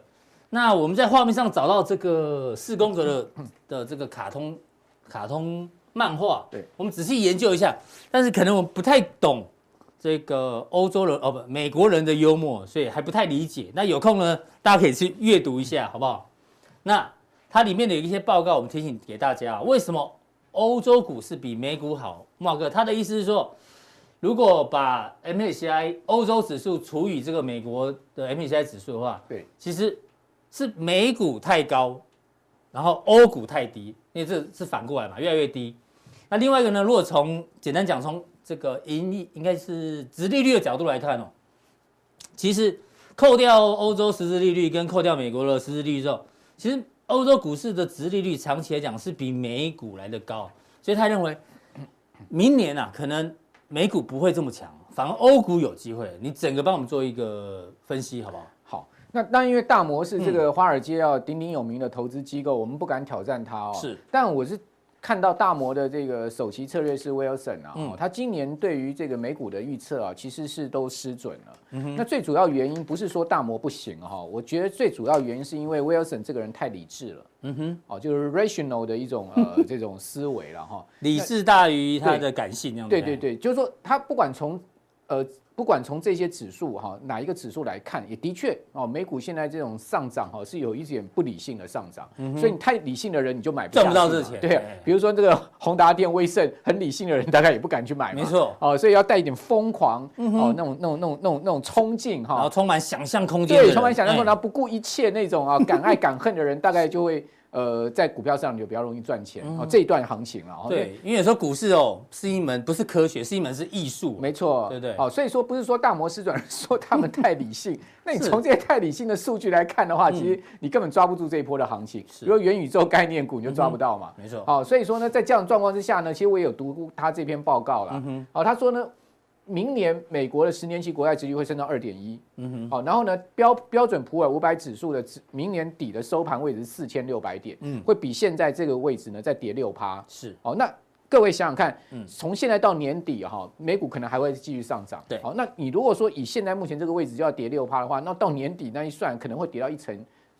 A: 那我们在画面上找到这个四宫格的的这个卡通卡通漫画，
C: 对，
A: 我们仔细研究一下，但是可能我不太懂这个欧洲人哦不美国人的幽默，所以还不太理解。那有空呢，大家可以去阅读一下，好不好？那它里面的有一些报告，我们提醒给大家啊，为什么欧洲股市比美股好？茂哥，他的意思是说，如果把 MSCI 欧洲指数除以这个美国的 MSCI 指数的话，
C: 对，
A: 其实是美股太高，然后欧股太低，因为这是反过来嘛，越来越低。那另外一个呢，如果从简单讲，从这个盈利应该是殖利率的角度来看哦，其实扣掉欧洲实质利率跟扣掉美国的实质利率之后，其实欧洲股市的殖利率长期来讲是比美股来的高，所以他认为明年啊，可能美股不会这么强，反而欧股有机会。你整个帮我们做一个分析好不好？
C: 好。那那因为大摩
A: 嗯
C: 是这个华尔街啊鼎鼎有名的投资机构，我们不敢挑战它哦。
A: 是，
C: 但我是看到大摩的这个首席策略师 Wilson 啊，
A: 嗯
C: 哦他今年对于这个美股的预测啊，其实是都失准了。
A: 嗯
C: 那最主要原因不是说大摩不行哈、我觉得最主要原因是因为 Wilson 这个人太理智了，
A: 嗯哼，
C: 哦，就是 rational 的一种 呃这种思维了哈、
A: 理智大于他的感性，这样
C: 对对
A: 对
C: 对，就是说它不管从呃不管从这些指数哈、哪一个指数来看，也的确哦，美股现在这种上涨哈、是有一点不理性的上涨，所以你太理性的人你就买不
A: 嗯赚不
C: 下
A: 到
C: 去
A: 这
C: 嘛
A: 钱哎
C: 对啊
A: 对，
C: 比如说这个宏达电、威盛，很理性的人大概也不敢去买嘛，
A: 没错嗯
C: 哦，所以要带一点疯狂哦那种那种那种那种那种冲劲
A: 然
C: 哈
A: 后，充满想象空间的人，
C: 对，充满想象力，
A: 哎
C: 然后不顾一切那种啊，敢爱敢恨的人，大概就会呃，在股票上你就比较容易赚钱哦。这一段行情了，哦因
A: 嗯
C: 为
A: 对，因为有时候股市哦是一门不是科学，是一门是艺术。
C: 没错，
A: 对不对
C: 好，所以说不是说大摩失转，而是说他们太 理性。那你
A: 是嗯
C: 从这些太理性的数据来看的话，其实你根本抓不住这一波的行情。
A: 是嗯
C: 如果元宇宙概念股，你就抓不到嘛。
A: 没错，
C: 好，所以说呢，在这样的状况之下呢，其实我也有读他这篇报告
A: 嗯
C: 啦。好，他说呢，明年美国的十年期国债殖率会升到二点一。
A: 嗯
C: 好，然后呢，标标准普尔五百指数的指明年底的收盘位置是四千六百点，
A: 嗯
C: 会比现在这个位置呢再跌六趴。
A: 是
C: 好，那各位想想看
A: 嗯，
C: 从现在到年底哈，美股可能还会继续上涨。
A: 对
C: 好，那你如果说以现在目前这个位置就要跌六趴的话，那到年底那一算可能会跌到一成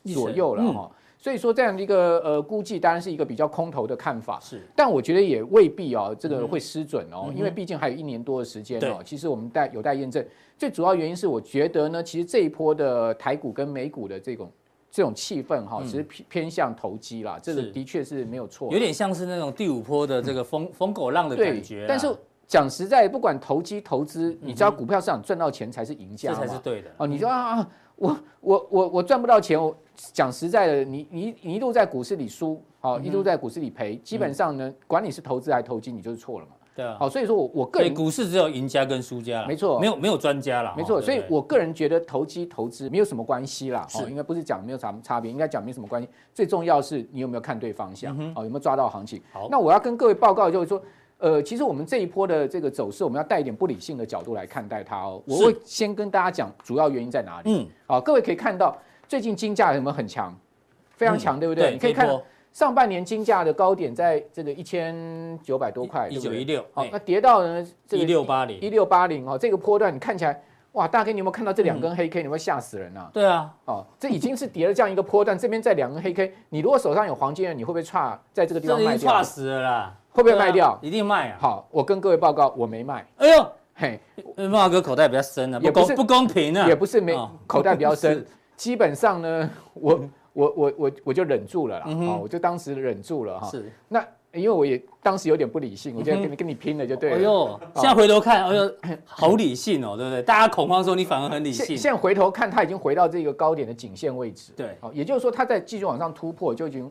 C: 左右了
A: 一成嗯
C: 哈。所以说这样的一个呃估计，当然是一个比较空头的看法。
A: 是，
C: 但我觉得也未必哦，这个会失准
A: 嗯
C: 哦，
A: 哼
C: 因为毕竟还有一年多的时间
A: 对
C: 哦。其实我们待有待验证。最主要原因是，我觉得呢，其实这一波的台股跟美股的这种这种气氛哈、
A: 嗯
C: 其实偏偏向投机啦，这个
A: 是
C: 的确是没有错的。
A: 有点像是那种第五波的这个疯疯狗浪的
C: 对，
A: 感觉啊。嗯
C: 但是讲实在，不管投机投资，你只要股票市场赚到钱才是赢家
A: 这
C: 嘛。
A: 才是对的。嗯
C: 哦，你说啊，啊我我我我赚不到钱，我讲实在的，你你你一路在股市里输，好、一
A: 嗯
C: 路在股市里赔，基本上呢，管你是投资还是投机，你就是错了嘛。
A: 对嗯啊，
C: 好、所以说我我个
A: 对，
C: 人
A: 股市只有赢家跟输家啦
C: 没错
A: 没有没有专家啦，
C: 没
A: 哦
C: 错，所以
A: 对不对
C: 我个人觉得投机投资没有什么关系啦，
A: 是
C: 哦，应该不是讲没有啥差别，应该讲没什么关系。最重要是你有没有看对方向，哦，有没有抓到行情
A: 嗯好。
C: 那我要跟各位报告就是说，呃，其实我们这一波的这个走势，我们要带一点不理性的角度来看待它哦。我
A: 是
C: 会先跟大家讲主要原因在哪里。
A: 嗯，
C: 好，各位可以看到最近金价有没有很强，非常强，对不
A: 嗯
C: 对？
A: 对，
C: 你可以看
A: 这一波
C: 上半年金价的高点在这个一千九百多块，
A: 一
C: 对不
A: 九一
C: 对？
A: 六，
C: 好
A: 哎，
C: 那跌到呢这
A: 一
C: 个
A: 六八零，
C: 一六八零哦，这个波段你看起来，哇，大哥，你有没有看到这
A: 嗯
C: 两根黑 K？、你有没有吓死人啊？
A: 对啊，
C: 哦，这已经是跌了这样一个波段，这边在两根黑 K，你如果手上有黄金的，你会不会差在这个地
A: 这
C: 方
A: 已
C: 卖
A: 经
C: 掉
A: 差？死了啦，
C: 会不会
A: 对啊
C: 卖掉？
A: 一定卖啊！
C: 好，我跟各位报告，我没卖，
A: 哎呦，
C: 嘿，
A: 因为茂哥口袋比较深啊，不
C: 也不
A: 公
C: 是
A: 不公平啊
C: 也！不是没、
A: 哦
C: 口袋比较深
A: 是，
C: 基本上呢，我我我我我就忍住了啦，哦，我就当时忍住了哈、
A: 嗯是，
C: 那因为我也当时有点不理性，我就跟你跟你拼了就对哦
A: 哎
C: 了。
A: 呦，现在回头看，哎 呦，好理性哦，对不对？大家恐慌的时候，你反而很理
C: 现
A: 性。
C: 现在回头看，它已经回到这个高点的颈线位置。
A: 对
C: 好，也就是说它在继续往上突破，就已经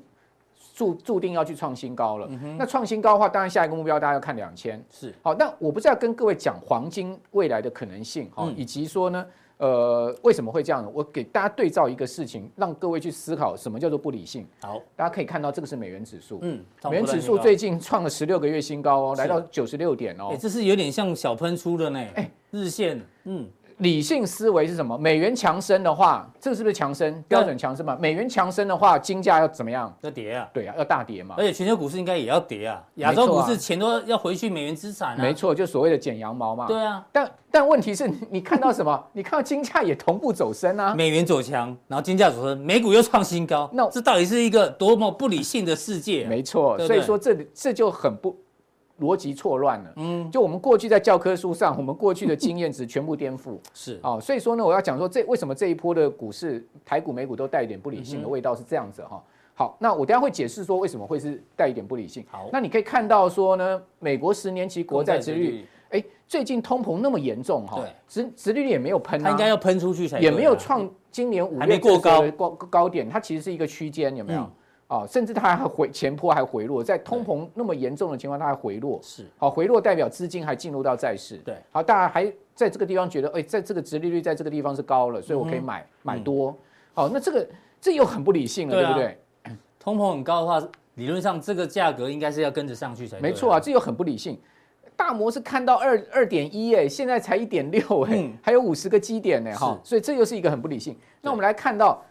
C: 注注定要去创新
A: 嗯
C: 高了。那创新高的话，当然下一个目标大家要看两千。
A: 是，
C: 好，但我不是要跟各位讲黄金未来的可能性，哈、
A: 嗯
C: 以及说呢，呃，为什么会这样呢？我给大家对照一个事情，让各位去思考什么叫做不理性。
A: 好，
C: 大家可以看到，这个是美元指数，
A: 嗯，
C: 美元指数最近创了十六个月新高哦，来到九十六点哦。
A: 哎，这是有点像小喷出的呢，
C: 哎
A: 日线，嗯，
C: 理性思维是什么？美元强升的话，这个是不是强升标准强升嘛？美元强升的话，金价要怎么样？
A: 要跌啊，
C: 对啊，要大跌嘛
A: 而。且全球股市应该也要跌啊，亚洲
C: 没错
A: 股
C: 啊
A: 市钱都要要回去美元资产啊，
C: 没，错，就所谓的剪羊毛嘛。
A: 对啊，
C: 但但问题是 你你看到什么？你看到金价也同步走升啊。
A: 美元走强，然后金价走升，美股又创新高，
C: 那
A: 这到底是一个多么不理性的世界啊？
C: 没错，
A: 对不
C: 所
A: 对
C: 以说这里这就很不逻辑错乱了。嗯，就我们过去在教科书上，我们过去的经验值全部颠覆。
A: 是，
C: 哦，所以说呢，我要讲说这为什么这一波的股市，台股、美股都带一点不理
A: 嗯
C: 性的味道是这样子哈、好，那我等一下会解释说为什么会是带一点不理性。
A: 好
C: 那你可以看到说呢，美国十年期国债殖
A: 公
C: 率，哎，最近通膨那么严重哈、
A: 对
C: 殖殖利率也没有喷、啊，
A: 它应该要喷出去才对
C: 也
A: 啊
C: 没有创今年五
A: 还
C: 月
A: 没过高
C: 这次的高高点，它其实是一个区间，有没有
A: 嗯？
C: 哦，甚至它还回前坡还回落，在通膨那么严重的情况，它还回落。
A: 是
C: 好，回落代表资金还进入到债市。
A: 对，
C: 好，大家还在这个地方觉得，哎，在这个殖利率在这个地方是高了，所以我
A: 嗯
C: 可以买买多。好，那这个这又很不理性了，
A: 对
C: 对
A: 啊
C: 不对？
A: 通膨很高的话，理论上这个价格应该是要跟着上去才对
C: 没错啊，，这又很不理性。大摩是看到二二点一哎，现在才一点六哎
A: 嗯，
C: 还有五十个基点呢哈，
A: 是
C: 所以这又是一个很不理性。那我们来看到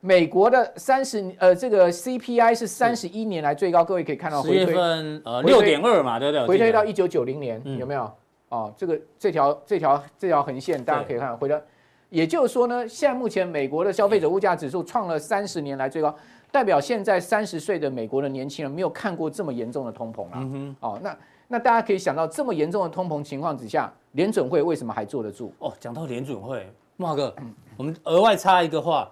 C: 美国的三十呃这个 CPI 是三十一年来最高，各位可以看到
A: 十
C: 回
A: 月
C: 推
A: 份呃
C: 回
A: 六
C: 推
A: 点二嘛，对不对？我
C: 回
A: 记
C: 推
A: 得
C: 到一九九零年
A: 呃嗯
C: 有没有？哦，这个这条这条这条横线大家可以看回到，也就是说呢，现在目前美国的消费者物价指数创了三十年来最高，代表现在三十岁的美国的年轻人没有看过这么严重的通膨啦。
A: 嗯
C: 哦，那那大家可以想到，这么严重的通膨情况之下，联准会为什么还坐得住？
A: 哦，讲到联准会，木华哥，我们额外插一个话，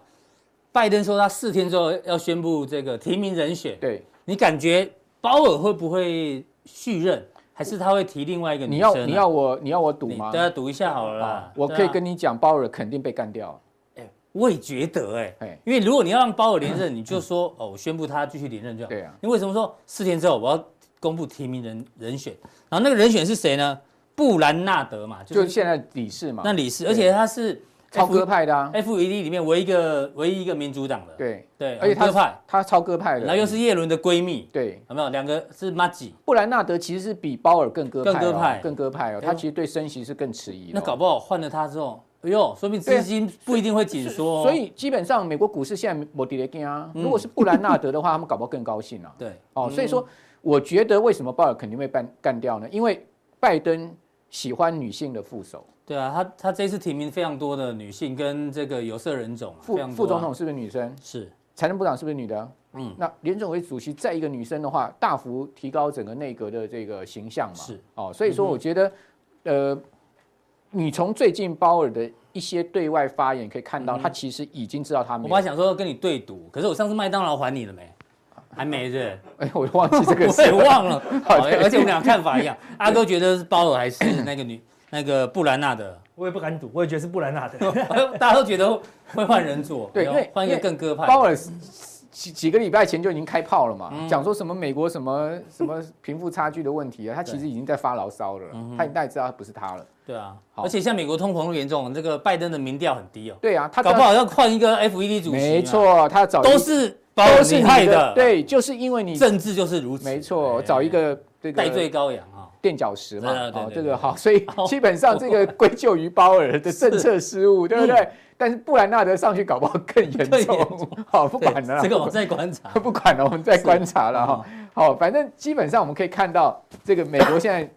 A: 拜登说他四天之后要宣布这个提名人选，
C: 对，
A: 你感觉鲍尔会不会续任，还是他会提另外一个女
C: 你
A: 生啊、
C: 要你要我你要我赌吗
A: 大？家赌一下好了
C: 啊
A: 啦。
C: 我可以
A: 对啊
C: 跟你讲，鲍尔肯定被干掉。
A: 我也觉得哎、
C: 哎
A: 因为如果你要让鲍尔连任，你就说哦，我宣布他继续连任就好。
C: 对啊
A: 你为什么说四天之后我要公布提名人人选？然后那个人选是谁呢？布兰纳德嘛，
C: 就现在理事嘛，
A: 那理事，
C: 啊对
A: 而且他是
C: 超哥
A: F- 哎
C: 派的啊，
A: FED 里面唯一一个唯一一个民主党的，
C: 对，
A: 对，
C: 而且他
A: 很鸽派，
C: 他超哥派的，
A: 然后又是叶伦的闺蜜，
C: 对。
A: 有没有？两个是 m a g i
C: 布兰纳德其实是比鲍尔更鸽派、哦，
A: 更鸽派哎
C: 更鸽派哦。
A: 呦
C: 他其实对升息是更迟疑、哦。
A: 那搞不好换了他之后，哎呦，说明资金不一定会紧缩、哦。
C: 啊所以基本上美国股市现在没跌的干啊。
A: 嗯
C: 如果是布兰纳德的话，他们搞不好更 高兴啊。
A: 对，
C: 哦，所以说我觉得为什么鲍尔肯定会干干掉呢？因为拜登喜欢女性的副手，
A: 对啊，他他这次提名非常多的女性跟这个有色人种啊，
C: 副
A: 非常多啊
C: 副总统是不是女生？
A: 是
C: 财政部长是不是女的？
A: 嗯
C: 嗯，那联总会主席再一个女生的话，大幅提高整个内阁的这个形象嘛。
A: 是嗯
C: 哦，所以说我觉得，呃，你从最近鲍尔的一些对外发言可以看到，他其实已经知道他
A: 嗯我
C: 没
A: 本来
C: 有。
A: 想说跟你对赌，可是我上次麦当劳还你了没？还没是
C: 哎，我忘 记 这
A: 不是，
C: 个
A: 我
C: 事
A: 也。忘 了。好
C: 对
A: 而且我们俩看法一样，阿哥觉得是包尔还是那个女那个布兰纳的，
B: 我也不敢赌，我也觉得是布兰纳德。
A: 大家都觉得会换人做，
C: 对
A: 有
C: 因为
A: 换一个更鸽派的。
C: 鲍尔几几个礼拜前就已经开炮了嘛，
A: 嗯
C: 讲说什么美国什么什么贫富差距的问题啊，他其实已经在发牢骚了，
A: 嗯
C: 他已经大概知道他不是他了。
A: 对啊，
C: 好
A: 而且像美国通膨那么严重，这个拜登的民调很低哦，
C: 对啊，他
A: 搞不好要换一个 FED 主席啊。
C: 没错，他找
A: 都是包
C: 都是
A: 你
C: 你
A: 害的，，
C: 对，就是因为你
A: 政治就是如此，
C: 没错，
A: 哎
C: 找一个这
A: 戴罪
C: 个
A: 羔羊啊，
C: 垫脚石嘛，
A: 对对对
C: 哦，
A: 对
C: 这个
A: 对
C: 好，所以基本上这 个归咎于鲍尔的政策失误，对不对？但是布兰纳德上去搞不好更严
A: 更严
C: 重，好，不管了啦，。
A: 对这个我再观察
C: 不管了，我们再观察了哈。好，反正基本上我们可以看到，这个美国现在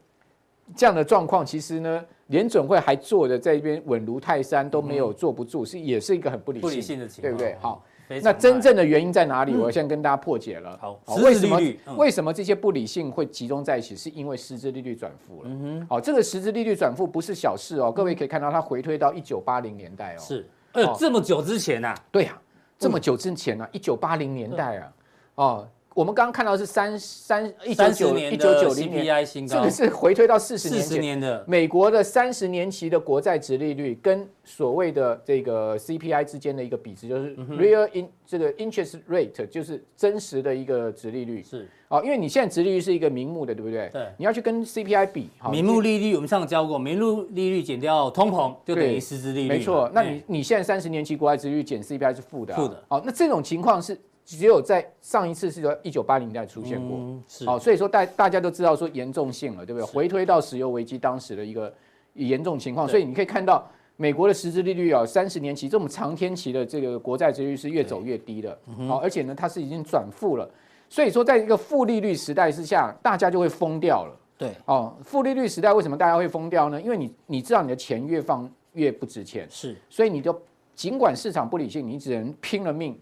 C: 这样的状况，其实呢，联准会还坐着在一边稳如泰山，都没有坐不住，是也是一个很不
A: 嗯
C: 理
A: 不 理
C: 性
A: 性的情况
C: 对不对？好，
A: 非常
C: 那真
A: 慢
C: 正的原因在哪里？我先跟大家破解了。
A: 好
C: 好
A: 实质
C: 为什么
A: 利率嗯
C: 为什么这些不理性会集中在一起？是因为实质利率转负了。
A: 嗯
C: 好，这个实质利率转负不是小事哦，各位可以看到它回推到一九八零年代哦。
A: 是，嗯哎呦，这么久之前啊呐，
C: 对呀、这么久之前啊，一九八零年代啊，哦，我们刚刚看到是三三一九
A: 三十
C: 九
A: 年
C: 一
A: 的
C: 九九零年，
A: CPI 新
C: 这
A: 高
C: 个，是回推到四十
A: 四
C: 年
A: 十
C: 前。
A: 年的，
C: 美国的三十年期的国债值利率跟所谓的这个 CPI 之间的一个比值，就是
A: 嗯
C: real in 这个 interest rate，就是真实的一个值利率。
A: 是
C: 哦，因为你现在值利率是一个名目的，对不对？
A: 对
C: 你要去跟 CPI 比，好
A: 名目利率，我们上次教过，名目利率减掉通膨就等于
C: 对
A: 实质利率嘛，
C: 没错，那
A: 哎
C: 你你现在三十年期国债殖利率减 CPI 是负的、啊，
A: 负的。
C: 好、那这种情况是只有在上一次是在一九八零年代出现过。
A: 嗯是
C: 哦好、所以说大大家都知道说严重性了，对不对？回推到石油危机当时的一个严重情况，
A: 对
C: 所以你可以看到美国的实质利率啊，三十年期这么长天期的这个国债殖利率是越走越低的，
A: 嗯
C: 好、而且呢它是已经转负了。所以说，在一个负利率时代之下，大家就会疯掉了。
A: 对，
C: 哦，负利率时代为什么大家会疯掉呢？因为你你知道你的钱越放越不值钱，
A: 是。
C: 所以你就尽管市场不理性，你只能拼了命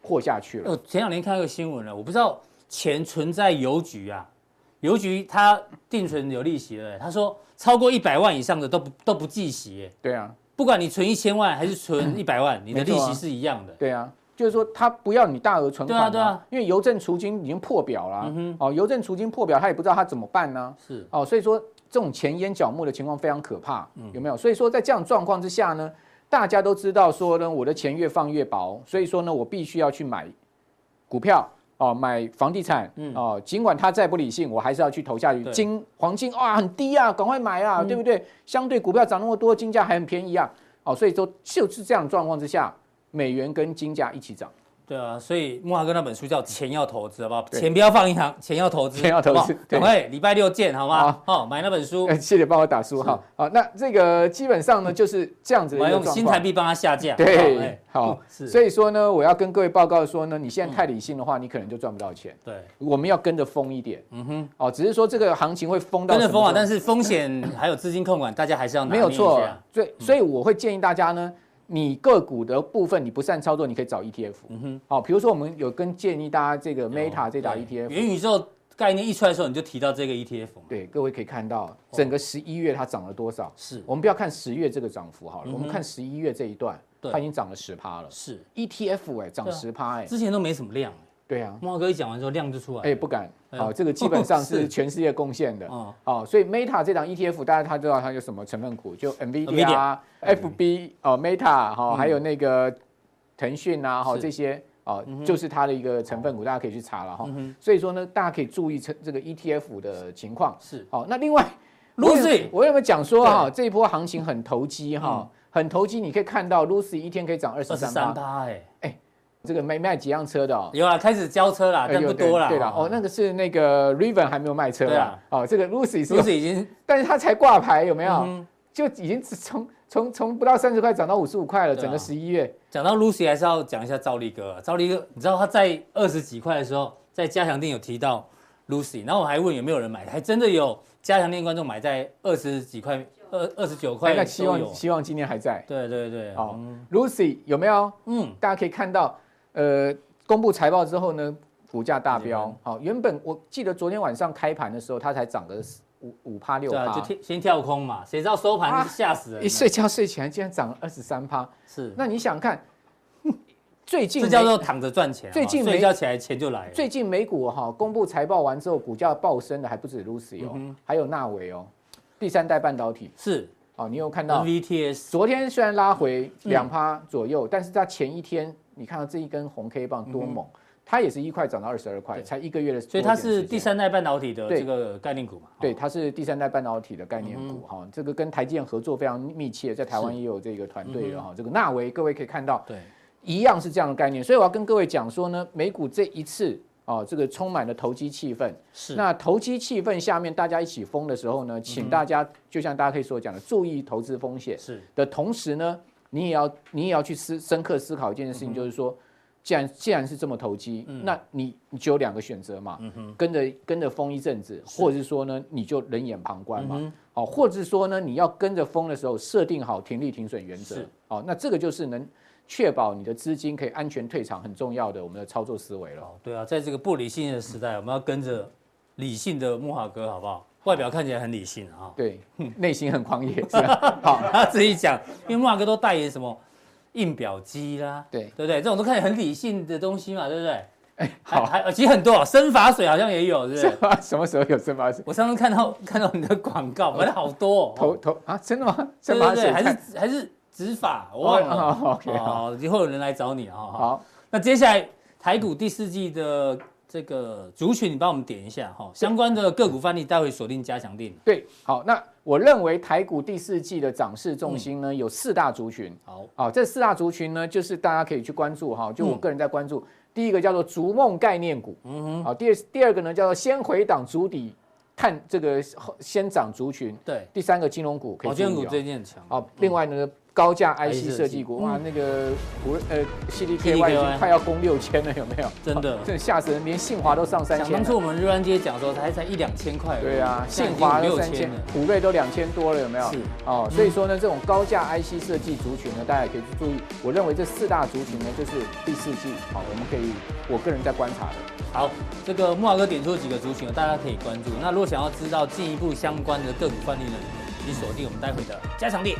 C: 活下去
A: 我
C: 了。
A: 呃前两天看到一个新闻了，我不知道钱存在邮局啊，邮局它定存有利息的，他说超过一百万以上的都不都不计息耶，
C: 对啊，
A: 不管你存一千万还是存一百万，你的
C: 没
A: 利
C: 错啊
A: 息是一样的。
C: 对啊，就是说他不要你大额存款、
A: 对啊对嗯啊，
C: 因为邮政储金已经破表了、哦，邮政储金破表，他也不知道他怎么办呢、
A: 是
C: 哦，所以说这种前烟角目的情况非常可怕，有没有？所以说在这样状况之下呢，大家都知道说呢，我的钱越放越薄，所以说呢，我必须要去买股票。哦，买房地产，哦，尽管它再不理性，我还是要去投下去。
A: 对
C: 金、黄金啊，很低啊，赶快买啊，对不对？相对股票涨那么多，金价还很便宜啊。哦，所以说就是这样的状况之下，美元跟金价一起涨，
A: 对啊，所以莫华哥那本书叫《钱要投资》，好不好？
C: 对
A: 钱不要放银行，钱要投资，
C: 钱要投资
A: 好不好
C: 对
A: 赶快礼拜六见，好吗
C: 好？
A: 好，买那本书，
C: 呃， 谢谢帮我打输哈。好，那这个基本上呢就是这样子
A: 我
C: 的
A: 们
C: 一个
A: 用
C: 状
A: 新
C: 况
A: 台。币帮他下架。好
C: 对
A: 哎，
C: 好，
A: 是
C: 所以说呢，我要跟各位报告说呢，你现在太理性的话，你可能就赚不到钱。
A: 对，
C: 我们要跟着疯一点，嗯哼，哦，只是说这个行情会疯到
A: 跟着
C: 什么
A: 风啊，
C: 时候
A: 但是风险还有资金控管，大家还是要拿
C: 没
A: 捏
C: 有
A: 一下
C: 错。所
A: 嗯
C: 以，所以我会建议大家呢，你个股的部分你不善操作，你可以找 ETF，嗯哼，好，比如说我们有跟建议大家这个 Meta 这档
A: 哦
C: E
A: 对
C: ETF，
A: 元宇宙概念一出来的时候，你就提到这个 ETF 嘛。
C: 对，各位可以看
A: 哦
C: 到整个十一月它涨了多少？
A: 是
C: 我们不要看十月这个涨幅好了，我们看十一月这一段，
A: 嗯对
C: 它已经涨了十趴了
A: 是，
C: ，ETF 哎涨
A: 对啊
C: 十趴哎，
A: 之前都没什么量，
C: 对啊，
A: 莫华哥一讲完之后，量就出来
C: 哎，
A: 了。
C: 不敢，
A: 哎呦
C: 好，这个基本上
A: 是
C: 是全世界贡献的。
A: 哦，
C: 哦，所以 Meta 这档 ETF，大家他知道它有什么成分股，就 NVIDIA 啊、
B: 嗯
C: FB 哦、Meta 哈、
A: 嗯
C: 还有那个腾讯啊，哈、
A: 是
C: 这些哦
B: 嗯哼，
C: 就是它的一个成分股，大家可以去查了哈
B: 嗯。哼
C: 所以说呢，大家可以注意成这个 ETF 的情况。
A: 是
C: 好，那另外
A: Lucy
C: 我有我有没有讲说啊哈，这一波行情很投机哈，很投机，你可以看到 Lucy 一天可以涨二
A: 二
C: 十
A: 十
C: 三
A: 三
C: 趴，
A: 趴，哎，
C: 这个没卖几辆车的哦。
A: 有啦，啊开始交车啦，
C: 哎
A: 但
C: 有
A: 不多啦。
C: 对了，哦，那个是那个 Riven 还没有卖车
A: 对
C: 啦
A: 啊，
C: 哦，这个 Lucy 是有
A: Lucy 已经
C: 但是它才挂牌 有没有？
B: 嗯
C: 就已经从从从不到三十块涨到五十五块了，
A: 对啊
C: 整个十一月。
A: 讲到 Lucy，还是要讲一下赵力哥啊。赵力哥，你知道他在二十几块的时候，在加强店有提到 Lucy，然后我还问有没有人买，还真的有加强店观众买在二十几块、二二十九块
C: 哎那
A: 都
C: 希望
A: 有。
C: 希望今年还在。
A: 对对对，
C: 好、l u c y 有没有？
A: 嗯，
C: 大家可以看到，呃，公布财报之后呢，股价大
A: 股
C: 飙
A: 价。
C: 好、原本我记得昨天晚上开盘的时候，它才涨个五五趴六
A: 对啊，就
C: 趴，
A: 跳先跳空嘛，谁知道收盘
C: 啊
A: 吓死人了。
C: 一睡觉睡起来竟然涨了二十三趴。
A: 是，
C: 那你想看， 最近
A: 这叫
C: 美
A: 做躺着赚钱。
C: 最
A: 好不好
C: 近没
A: 睡觉起来钱就来了。
C: 最近美股哈、公布财报完之后，股价暴升的还不止 Lucy 哦，
A: 嗯
C: 还有纳维哦，第三代半导体
A: 是
C: 哦，你有
A: 嗯
C: 看到？
A: NVTS
C: 昨天虽然拉回
A: 嗯
C: 两趴左右，但是它前一天你看到这一根红 K 棒多猛，它也是一块涨到二十二块，
A: 嗯对
C: 才一个月的，
A: 所以它是第。三代半导体的
C: 对
A: 这个概念股嘛？
C: 对，
A: 哦，
C: 它是第三代半导体的概念股哈、这个跟台积电合作非常密切，在台
A: 嗯
C: 湾
A: 是
C: 也有这个团队
A: 嗯
C: 的
A: 哼
C: 哈、这个纳维各位可以看到，
A: 哦对，
C: 一样是这样的概念，所以我要跟各位讲说呢，美股这一次哦，这个充满了投机气氛，
A: 是。嗯
C: 那投机气氛下面大家一起疯的时候呢，请大家、就像大家可以所讲的，注意投资风险
A: 是
C: 的同时呢，你也要你也要去思深刻思考一件
A: 嗯
C: 事情，就是说，既然既然是这么投机，那你你只有两个选择嘛，
A: 嗯
C: 跟着跟着风一阵子，或者是说呢，你就冷眼旁观
A: 嗯
C: 嘛，哦，或者是说呢，你要跟着风的时候设定好停利停损原则
A: 是，
C: 哦，那这个就是能确保你的资金可以安全退场很重要的我们的操作思维了。
A: 哦，对啊，在这个不理性的时代，我们要跟着理性的木华哥，好不好？外表看起来很理性啊、
C: 对，内心很狂野，是 吧？好，
A: 他 自己讲，因为木华哥都代言什么印表机啦，
C: 对
A: 对不对？这种都看起来很理性的东西嘛，对不对？
C: 哎，
A: 还
C: 好，
A: 还其实很多、哦，生发水好像也有，对不
C: 是
A: 对？
C: 吗？ 什么时候有蒸发水？
A: 我上次看到 看到你的广告，买了好多、哦，
C: 头头啊，真的吗？
A: 对
C: 蒸
A: 对
C: 发
A: 对，
C: 水
A: 还
C: 看
A: 是还是植发，我忘了。
C: 哦哦，OK，好，
A: 哦，以后有人来找你啊、哦。
C: 好，
A: 那接下来台股第四季的这个族群，你帮我们点一下哈、相关的个股范例，待会锁定加强定。
C: 对，好，那我认为台股第四季的涨势重心
A: 嗯
C: 呢，有四大族群。
A: 好，
C: 好，这四大族群呢，就是大家可以去关注哈，就我
A: 嗯
C: 个人在关注，第一个叫做逐梦概念股，嗯好，第二第二个呢叫做先回档筑底，探这个后先涨族群，
A: 对，
C: 第三个金融股可以
A: 保
C: 注意
A: 健股
C: 哦
A: 最近很强。
C: 好，另外呢，高价
A: IC
C: IC 设计
A: 嗯
C: 股，哇，那个股呃
A: CDKY
C: CDKY 已经快要攻六千了，有没有？
A: 真 的
C: 这吓死人，连信华都上三
A: 想当
C: 千
A: 初
C: 了。
A: 我们日安街讲的时候，才才一两千块而已。
C: 对啊，
A: 现
C: 信
A: 在已经
C: 华
A: 六
C: 都三
A: 千
C: 千
A: 了。，
C: 普瑞都两千多了，有没有？
A: 是
C: 哦，所以说呢，这种高价 IC 设计族群呢，大家也可以去注意。我认为这四大族群呢，就是第四季，好，我们可以，我个人在观察的。
A: 好，这个木华哥点出几个族群，大家可以关注。那如果想要知道进一步相关的个股范例呢，你锁定我们待会的加强店。